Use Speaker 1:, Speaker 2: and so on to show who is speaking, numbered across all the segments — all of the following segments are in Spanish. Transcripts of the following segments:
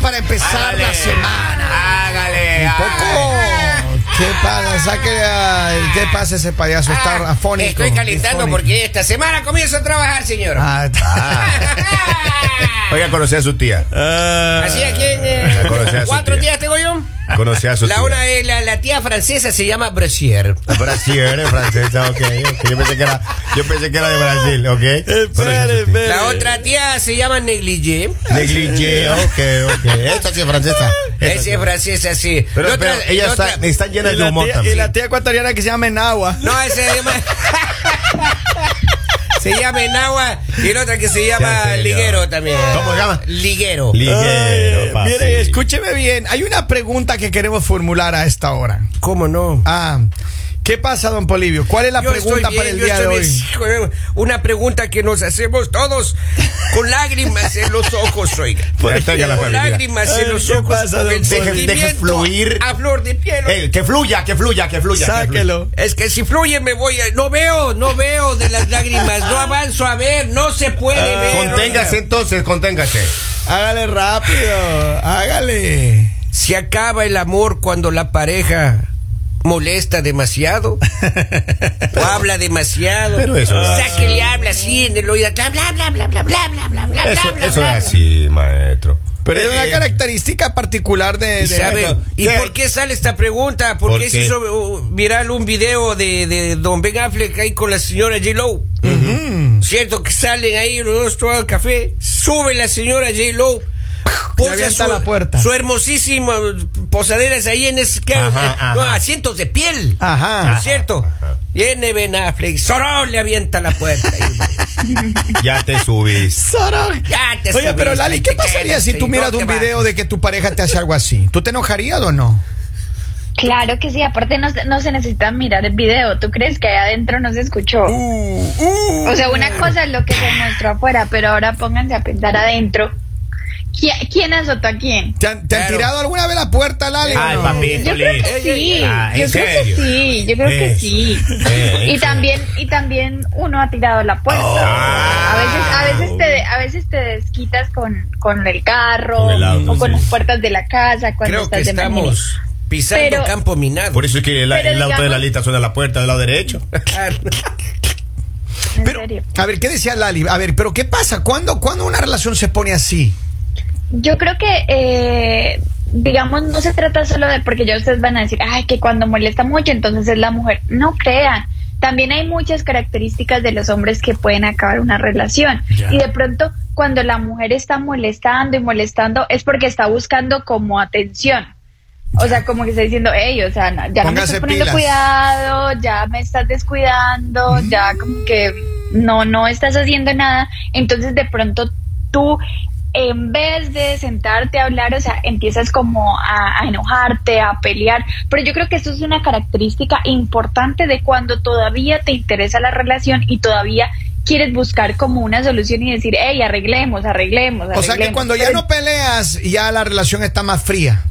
Speaker 1: para empezar
Speaker 2: Hágale,
Speaker 1: la semana.
Speaker 2: Hágale.
Speaker 1: Un poco. ¿Qué pasa? Saque a-
Speaker 3: ah,
Speaker 1: ¿Qué pasa ese payaso? Está
Speaker 2: Ah,
Speaker 1: afónico.
Speaker 2: Estoy calentando
Speaker 1: disfónico.
Speaker 2: porque esta semana comienzo a trabajar, señor.
Speaker 1: Ah,
Speaker 4: Oiga, conocí a su tía.
Speaker 2: Así aquí en
Speaker 4: La conocí a su
Speaker 2: cuatro
Speaker 4: tía.
Speaker 2: tías tengo yo.
Speaker 4: Conocí a su
Speaker 2: La
Speaker 4: tía.
Speaker 2: una es la, la tía francesa, se llama Brasier.
Speaker 4: Brasil, ¿eh? francesa, ok. ok. Yo, pensé que era, yo pensé que era de Brasil, ok. Conocí a su tía.
Speaker 2: La otra tía se llama Negligé.
Speaker 4: Negligé, ok, ok. Esta sí es francesa. Esta
Speaker 2: Esa es francesa, sí.
Speaker 4: Pero
Speaker 2: La
Speaker 4: espera,
Speaker 2: otra-
Speaker 4: ella
Speaker 2: la
Speaker 4: está,
Speaker 2: otra-
Speaker 4: está llena
Speaker 3: Y
Speaker 4: de
Speaker 3: la,
Speaker 4: humor
Speaker 3: tía, y
Speaker 4: también.
Speaker 3: la tía ecuatoriana que se llama Enagua.
Speaker 2: No, ese se llama. se llama Enagua y el otra que se
Speaker 4: Ya,
Speaker 2: llama
Speaker 4: señor.
Speaker 2: Liguero también.
Speaker 4: ¿Cómo se llama?
Speaker 2: Liguero.
Speaker 4: Liguero,
Speaker 3: Ay,
Speaker 4: papi.
Speaker 3: mire, escúcheme bien. Hay una pregunta que queremos formular a esta hora.
Speaker 2: ¿Cómo no?
Speaker 3: Ah, ¿qué pasa, don Polivio? ¿Cuál es la
Speaker 2: Yo
Speaker 3: pregunta
Speaker 2: estoy bien,
Speaker 3: para el
Speaker 2: yo
Speaker 3: día de
Speaker 2: estoy
Speaker 3: hoy?
Speaker 2: bien. Hijo, Una pregunta que nos hacemos todos con lágrimas en los ojos, oiga.
Speaker 4: Por esto es que Pues, la
Speaker 2: Con
Speaker 4: familia.
Speaker 2: lágrimas en
Speaker 3: Ay,
Speaker 2: los
Speaker 3: ¿qué
Speaker 2: ojos.
Speaker 3: pasa,
Speaker 2: porque
Speaker 3: don
Speaker 2: el
Speaker 3: Poli?
Speaker 4: Deje- deje
Speaker 2: sentimiento
Speaker 4: fluir. Eh.
Speaker 2: A flor de piel.
Speaker 4: Ey, que fluya, que fluya, que fluya. que
Speaker 3: Sáquelo.
Speaker 2: Es que si fluye me voy a... No veo, no veo de las lágrimas. No avanzo a ver, no se puede
Speaker 4: fluya.
Speaker 2: ver.
Speaker 4: Conténgase
Speaker 2: oiga.
Speaker 4: entonces, conténgase.
Speaker 3: Hágale rápido, hágale.
Speaker 2: Se acaba el amor cuando la pareja molesta demasiado o habla demasiado.
Speaker 4: Pero eso
Speaker 2: o
Speaker 4: es
Speaker 2: sea, que le habla así en el oído, bla, bla, bla, bla, bla, bla, bla, bla, bla,
Speaker 4: Eso,
Speaker 2: bla,
Speaker 4: eso
Speaker 2: bla.
Speaker 4: es así, maestro.
Speaker 3: Pero es
Speaker 4: Eh,
Speaker 3: una característica particular de.
Speaker 2: ¿Y,
Speaker 3: de-
Speaker 2: sabe- ¿Y
Speaker 4: ¿Qué?
Speaker 2: por qué sale esta pregunta? ¿Por,
Speaker 4: ¿Por
Speaker 2: qué se
Speaker 4: qué?
Speaker 2: hizo uh, viral un video de, de Don Ben Affleck ahí con la señora J. Lowe?
Speaker 3: Mm.
Speaker 2: Cierto que salen ahí los dos tomando café, sube la señora J. Lowe.
Speaker 3: avienta la puerta.
Speaker 2: su hermosísima uh, posadera es ahí en ese Eh,
Speaker 4: Ajá,
Speaker 2: no,
Speaker 4: ajá.
Speaker 2: asientos de piel.
Speaker 3: Ajá.
Speaker 2: ¿No es cierto? Viene Ben Affleck, Sorón le avienta la puerta.
Speaker 4: Ya te subís.
Speaker 3: Sarah.
Speaker 2: Ya te
Speaker 3: Oye, pero
Speaker 2: subiste,
Speaker 3: Lali, ¿qué
Speaker 2: te
Speaker 3: pasaría
Speaker 2: quedas,
Speaker 3: si
Speaker 2: sí,
Speaker 3: tú
Speaker 2: no
Speaker 3: miras
Speaker 2: te
Speaker 3: un
Speaker 2: vas.
Speaker 3: video de que tu pareja te hace algo así? ¿Tú te enojarías o no?
Speaker 5: Claro que sí, aparte no, se- no se necesita mirar el video. ¿Tú crees que ahí adentro no se escuchó?
Speaker 4: Uh,
Speaker 5: o sea, una cosa es lo que se mostró afuera, pero ahora pónganse a pensar adentro. ¿Qui- ¿Quién, azotó a quién?
Speaker 3: ¿Te han, te han
Speaker 2: Claro.
Speaker 3: tirado alguna vez la puerta, Lali? o
Speaker 4: Ay,
Speaker 3: no?
Speaker 4: papito
Speaker 5: Yo creo que
Speaker 4: lindo.
Speaker 5: sí,
Speaker 4: Ah, ¿en
Speaker 5: yo creo que
Speaker 4: serio?
Speaker 5: sí, yo creo que
Speaker 4: Eso.
Speaker 5: sí.
Speaker 4: Eh,
Speaker 5: Y
Speaker 4: eso.
Speaker 5: también, y también uno ha tirado la puerta.
Speaker 4: Ah.
Speaker 5: A veces, a veces te, a veces te desquitas con, con el carro
Speaker 4: Con el auto,
Speaker 5: o con
Speaker 4: sí.
Speaker 5: las puertas de la casa cuando
Speaker 2: Creo que
Speaker 5: estás de manera.
Speaker 2: estamos pisando
Speaker 5: Pero-
Speaker 2: campo minado.
Speaker 4: Por eso es que el,
Speaker 5: Pero
Speaker 4: el auto de la
Speaker 5: digamos-
Speaker 4: lista suena a la puerta del lado derecho.
Speaker 2: Claro.
Speaker 5: En
Speaker 3: Pero,
Speaker 5: serio.
Speaker 3: a ver, ¿qué decía Lali? A ver, pero ¿qué pasa? ¿Cuándo, cuándo una relación se pone así?
Speaker 5: Yo creo que, eh, digamos, no se trata solo de, porque ya ustedes van a decir, ay, que cuando molesta mucho, entonces es la mujer. No crean. También hay muchas características de los hombres que pueden acabar una relación. Y de pronto, cuando la mujer está molestando y molestando, es porque está buscando como atención. O sea, como que está diciendo, hey, o sea, no, ya no me
Speaker 3: Póngase
Speaker 5: estás poniendo
Speaker 3: pilas.
Speaker 5: cuidado, ya me estás descuidando, ya como que no, no estás haciendo nada. Entonces, de pronto tú, en vez de sentarte a hablar, o sea, empiezas como a, a enojarte, a pelear. Pero yo creo que eso es una característica importante de cuando todavía te interesa la relación y todavía quieres buscar como una solución y decir, hey, arreglemos, arreglemos, arreglemos.
Speaker 3: O sea, que cuando ya
Speaker 5: Pero
Speaker 3: no peleas, ya la relación está más fría.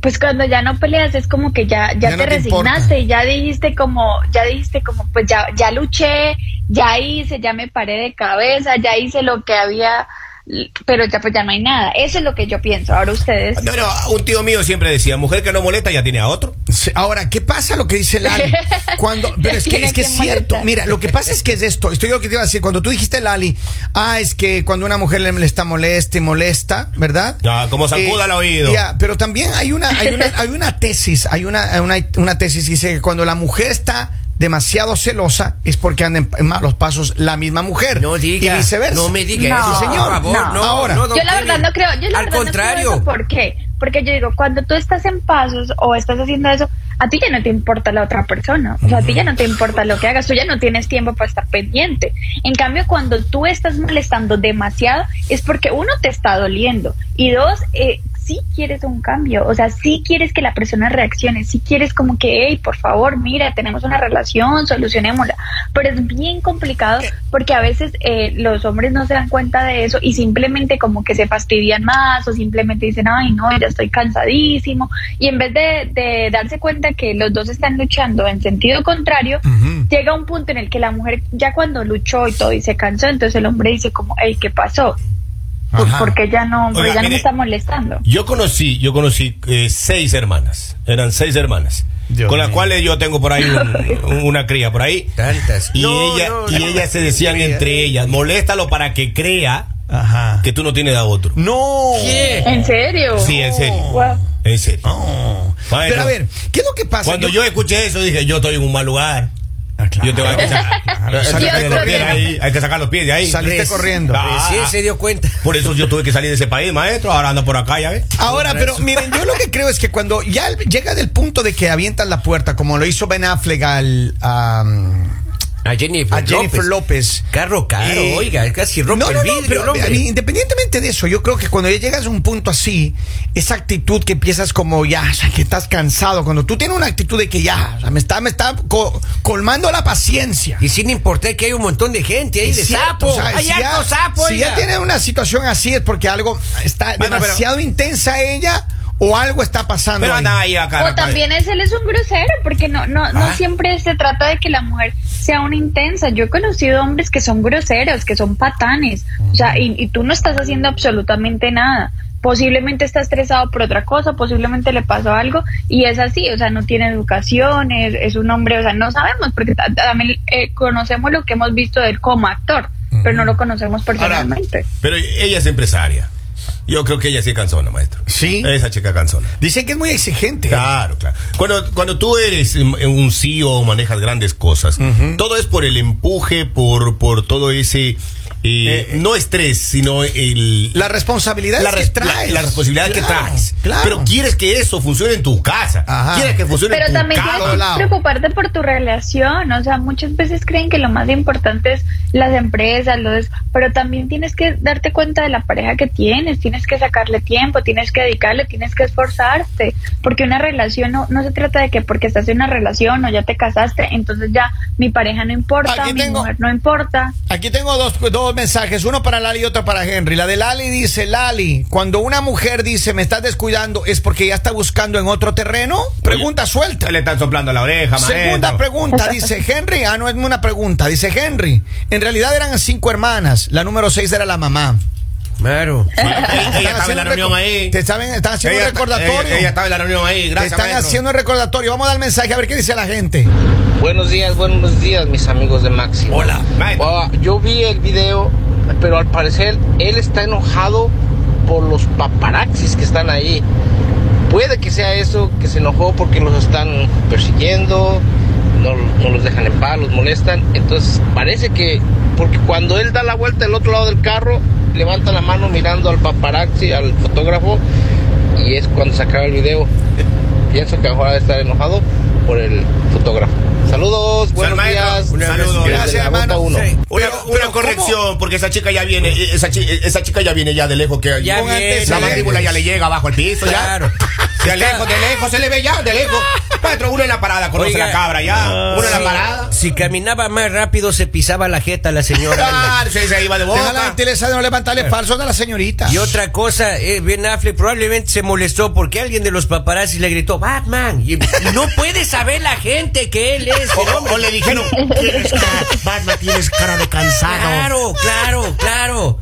Speaker 5: pues cuando ya no peleas es como que ya ya,
Speaker 3: Ya no
Speaker 5: te
Speaker 3: te importa.
Speaker 5: resignaste y ya dijiste como ya dijiste como pues ya ya luché ya hice ya me paré de cabeza ya hice lo que había l- pero ya pues ya no hay nada eso es lo que yo pienso ahora ustedes
Speaker 4: No, no, un tío mío siempre decía, mujer que no molesta ya tiene a otro.
Speaker 3: Sí, Ahora, ¿qué pasa lo que dice Lali? Cuando, pero es que, es que es cierto. Mira, lo que pasa es que es esto. Estoy lo que te iba a decir. Cuando tú dijiste, Lali, ah, es que cuando una mujer le le está molesta y molesta, ¿verdad? Eh,
Speaker 4: Ah, como sacuda al oído.
Speaker 3: ya, pero también hay una, hay una, hay una tesis, hay una, hay una, una tesis que dice que cuando la mujer está demasiado celosa es porque anda en, en malos pasos la misma mujer.
Speaker 2: No diga.
Speaker 3: Y viceversa.
Speaker 2: No me diga
Speaker 5: No,
Speaker 2: eso, señor. Por favor,
Speaker 5: no.
Speaker 2: no.
Speaker 3: Ahora.
Speaker 2: no, don
Speaker 5: yo la verdad
Speaker 2: Kevin.
Speaker 5: no creo yo la
Speaker 2: Al
Speaker 5: verdad
Speaker 2: contrario.
Speaker 5: no creo eso, ¿por qué? porque yo digo cuando tú estás en pasos o estás haciendo eso a ti ya no te importa la otra persona o sea a ti ya no te importa lo que hagas tú ya no tienes tiempo para estar pendiente en cambio cuando tú estás molestando demasiado es porque uno te está doliendo y dos eh, sí quieres un cambio, o sea, sí quieres que la persona reaccione, sí quieres como que, hey, por favor, mira, tenemos una relación, solucionémosla. Pero es bien complicado porque a veces eh, los hombres no se dan cuenta de eso y simplemente como que se fastidian más o simplemente dicen, ay, no, ya estoy cansadísimo. Y en vez de, de darse cuenta que los dos están luchando en sentido contrario, llega un punto en el que la mujer ya cuando luchó y todo y se cansó, entonces el hombre dice como, hey, ¿qué pasó? pues
Speaker 3: Ajá.
Speaker 5: porque ya no, porque
Speaker 6: Oiga,
Speaker 5: ya no
Speaker 6: mire.
Speaker 5: me está molestando.
Speaker 6: Yo conocí, yo conocí eh, seis hermanas. Eran seis hermanas.
Speaker 3: Dios
Speaker 6: con las
Speaker 3: mío.
Speaker 6: cuales yo tengo por ahí un- un- una cría por ahí.
Speaker 2: Tantas.
Speaker 6: Y
Speaker 2: No,
Speaker 6: ella,
Speaker 2: no,
Speaker 6: y
Speaker 2: no.
Speaker 6: ellas se decían entre ellas, moléstalo para que crea
Speaker 3: Ajá.
Speaker 6: que tú no tienes a otro.
Speaker 3: No.
Speaker 2: ¿Qué?
Speaker 5: ¿En serio?
Speaker 6: Sí, en serio.
Speaker 5: Wow.
Speaker 6: En serio.
Speaker 3: No.
Speaker 6: Bueno.
Speaker 3: Pero a ver, ¿qué es lo que pasa?
Speaker 6: Cuando yo escuché eso dije, yo estoy en un mal lugar.
Speaker 3: Ah, claro.
Speaker 6: Yo te voy a sacar.
Speaker 3: Dios
Speaker 6: Hay que sacar los pies
Speaker 5: corriendo.
Speaker 6: ahí, Hay que sacar los pies de ahí.
Speaker 3: Saliste
Speaker 6: Res-
Speaker 3: corriendo.
Speaker 6: Ah,
Speaker 2: Recién
Speaker 6: ah,
Speaker 2: Pues se dio cuenta.
Speaker 6: Por eso yo tuve que salir de ese país, maestro. Ahora anda por acá, ya ves.
Speaker 5: Ah,
Speaker 3: Ahora, pero miren, yo lo que creo es que cuando ya llega del punto de que avientas la puerta, como lo hizo Ben Affleck al, am,
Speaker 2: A Jennifer,
Speaker 3: a Jennifer López.
Speaker 2: Carro caro,
Speaker 3: Eh,
Speaker 2: oiga, casi rompe
Speaker 3: no, no,
Speaker 2: el
Speaker 3: no,
Speaker 2: vidrio,
Speaker 3: pero,
Speaker 2: hombre.
Speaker 3: a mí, independientemente de eso, yo creo que cuando ya llegas a un punto así, esa actitud que empiezas como ya, o sea, que estás cansado, cuando tú tienes una actitud de que ya, o sea, me está, me está co- colmando la paciencia.
Speaker 2: Y sin importar que hay un montón de gente ahí
Speaker 3: Es
Speaker 2: de
Speaker 3: cierto,
Speaker 2: sapo.
Speaker 3: o sea,
Speaker 2: hay
Speaker 3: si ya-
Speaker 2: harto sapo,
Speaker 3: Si ya
Speaker 2: oiga.
Speaker 3: tiene una situación así es porque algo está
Speaker 6: Bueno, pero-
Speaker 3: demasiado intensa ella o algo está pasando.
Speaker 6: Pero
Speaker 3: ahí.
Speaker 6: andan ahí acá.
Speaker 5: O también es él es un grosero, porque no, no, no siempre se trata de que la mujer sea una intensa. Yo he conocido hombres que son groseros, que son patanes, o sea, y, y tú no estás haciendo absolutamente nada. Posiblemente está estresado por otra cosa, posiblemente le pasó algo y es así, o sea, no tiene educación, es, es un hombre, o sea, no sabemos, porque ta- también eh, conocemos lo que hemos visto de él como actor, pero no lo conocemos personalmente.
Speaker 6: Pero ella es empresaria. Yo creo que ella sí es canzona, maestro.
Speaker 3: Sí.
Speaker 6: Esa chica canzona.
Speaker 3: Dicen que es muy exigente.
Speaker 6: Claro, claro. Cuando, cuando tú eres mm, un CEO o manejas grandes cosas, todo es por el empuje, por, por todo ese, eh, no estrés, sino el,
Speaker 3: La responsabilidad
Speaker 6: la,
Speaker 3: que
Speaker 6: res-
Speaker 3: traes.
Speaker 6: la- la responsabilidad que
Speaker 3: Claro,
Speaker 6: traes.
Speaker 3: Claro.
Speaker 6: Pero quieres que eso funcione en tu casa.
Speaker 3: Ajá.
Speaker 6: Quieres que funcione
Speaker 5: Pero
Speaker 6: en tu
Speaker 5: también
Speaker 6: casa.
Speaker 5: tienes que
Speaker 3: lado.
Speaker 5: preocuparte por tu relación, o sea, muchas veces creen que lo más importante es las empresas, los, pero también tienes que darte cuenta de la pareja que tienes, tienes que sacarle tiempo, tienes que dedicarle, tienes que esforzarte, porque una relación no, no se trata de que porque estás en una relación o ya te casaste, entonces ya mi pareja no importa,
Speaker 3: Aquí
Speaker 5: mi
Speaker 3: tengo-
Speaker 5: mujer no importa.
Speaker 3: Aquí tengo dos, dos mensajes, uno para Lali y otro para Henry. La de Lali dice, Lali, cuando una mujer dice me estás descuidando, ¿es porque ya está buscando en otro terreno? Pregunta suelta.
Speaker 6: Le están soplando la oreja,
Speaker 3: Segunda
Speaker 6: maestro.
Speaker 3: pregunta, dice Henry. Ah, no es una pregunta, dice Henry. En realidad eran cinco hermanas. La número seis era la mamá.
Speaker 2: Claro.
Speaker 6: Ella
Speaker 3: Están
Speaker 6: estaba en
Speaker 3: haciendo
Speaker 6: la
Speaker 3: un
Speaker 6: reunión
Speaker 3: reco-
Speaker 6: ahí.
Speaker 3: Te saben, están haciendo
Speaker 6: Ella-
Speaker 3: un recordatorio.
Speaker 6: Ella, ella estaba en la reunión ahí.
Speaker 3: te
Speaker 6: Gracias,
Speaker 3: están
Speaker 6: maestro.
Speaker 3: haciendo un recordatorio. Vamos a dar mensaje a ver qué dice la gente.
Speaker 7: Buenos días, buenos días, mis amigos de Maxi.
Speaker 6: Hola. Maestro.
Speaker 7: Ah, yo vi el video, pero al parecer él está enojado por los paparaxis que están ahí. Puede que sea eso, que se enojó porque los están persiguiendo, no, no los dejan en paz, los molestan. Entonces parece que, porque cuando él da la vuelta al otro lado del carro, levanta la mano mirando al paparazzi, al fotógrafo, y es cuando se acaba el video. Pienso que ahora debe estar enojado por el fotógrafo. Saludos, buenos
Speaker 6: Salma,
Speaker 7: días.
Speaker 6: un abrazo.
Speaker 7: Desde
Speaker 6: Gracias,
Speaker 7: la Ruta
Speaker 3: hermano.
Speaker 7: uno.
Speaker 2: Sí.
Speaker 6: Una,
Speaker 3: Pero-
Speaker 6: una
Speaker 3: pero
Speaker 6: corrección, porque esa chica ya viene, eh, esa, chi- eh, esa chica ya viene ya de lejos que
Speaker 2: Ya
Speaker 6: con
Speaker 2: viene.
Speaker 6: antecedentes. la mandíbula ya le llega abajo al piso,
Speaker 2: Claro.
Speaker 6: ya. De lejos, de lejos, se le ve ya, de lejos. Maestro, uno en la parada, conoce
Speaker 2: Oiga.
Speaker 6: la cabra ya, uno en la parada.
Speaker 2: Si caminaba más rápido, se pisaba la jeta la señora.
Speaker 6: Ah, se, se iba de
Speaker 3: Deja la
Speaker 6: boca.
Speaker 3: gentileza de no levantarle falsos a la señorita.
Speaker 2: Y otra cosa, eh, Ben Affleck probablemente se molestó porque alguien de los paparazzi le gritó Batman. Y, y no puede saber la gente que él es. el
Speaker 6: O,
Speaker 2: hombre.
Speaker 6: o le dijeron, tienes cara, Batman, tienes cara de cansado.
Speaker 2: Claro, claro, claro.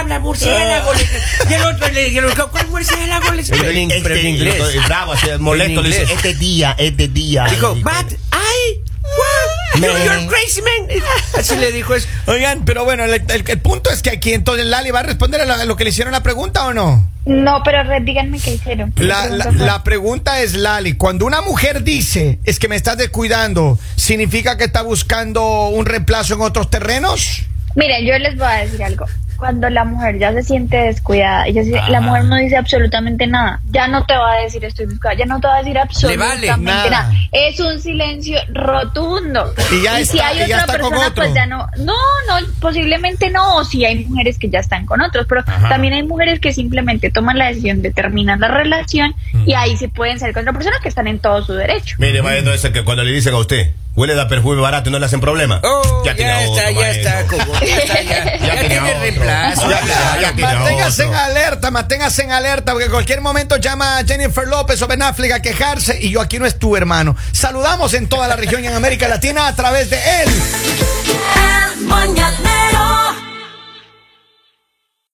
Speaker 2: Habla murciélago. le- Y el otro le dijeron, ¿cuál murciélago? Le- Pero en,
Speaker 6: Este,
Speaker 2: pero en inglés.
Speaker 6: eh, Bravo, así, molesto,
Speaker 2: En
Speaker 6: le dice,
Speaker 2: inglés.
Speaker 6: este día, este día.
Speaker 2: Dijo,
Speaker 6: Y-
Speaker 2: Bat, ay, wow, you're, you're crazy man. Así le dijo eso.
Speaker 3: Oigan, pero bueno, el, el- el punto es que aquí entonces Lali va a responder a, la- a lo que le hicieron la pregunta o no.
Speaker 5: No, pero re- díganme qué hicieron.
Speaker 3: La, la- la pregunta es, Lali, cuando una mujer dice es que me estás descuidando, ¿significa que está buscando un reemplazo en otros terrenos?
Speaker 5: Miren, yo les voy a decir algo. Cuando la mujer ya se siente descuidada, ella se- la mujer no dice absolutamente nada. Ya no te va a decir estoy descuidada, ya no te va a decir absolutamente
Speaker 2: vale,
Speaker 3: nada.
Speaker 5: nada. Es un silencio rotundo.
Speaker 3: Y ya
Speaker 5: si
Speaker 3: está,
Speaker 5: hay
Speaker 3: y ya
Speaker 5: otra
Speaker 3: está con
Speaker 5: persona,
Speaker 3: otro.
Speaker 5: pues ya no. No, no, posiblemente no. O si hay mujeres que ya están con otros, pero también hay mujeres que simplemente toman la decisión de terminar la relación y ahí se pueden salir con otra persona que están en todo su derecho.
Speaker 6: Mire, maestro, ese que cuando le dicen a usted, huele a perfume barato y no le hacen problema.
Speaker 2: Oh, ya,
Speaker 6: tiene a otro,
Speaker 2: está, ya
Speaker 6: maestro.
Speaker 2: está, como- ya está, ya,
Speaker 6: Ya
Speaker 2: ya
Speaker 6: tiene
Speaker 2: tiene
Speaker 6: otro.
Speaker 2: reemplazo.
Speaker 6: Ya, ya, ya. tiene
Speaker 3: Manténgase en
Speaker 6: otro.
Speaker 3: alerta, manténgase en alerta, porque en cualquier momento llama a Jennifer López o Ben Affleck a quejarse y yo aquí no es tu hermano. Saludamos en toda la región y en América Latina a través de él.
Speaker 8: El mañanero.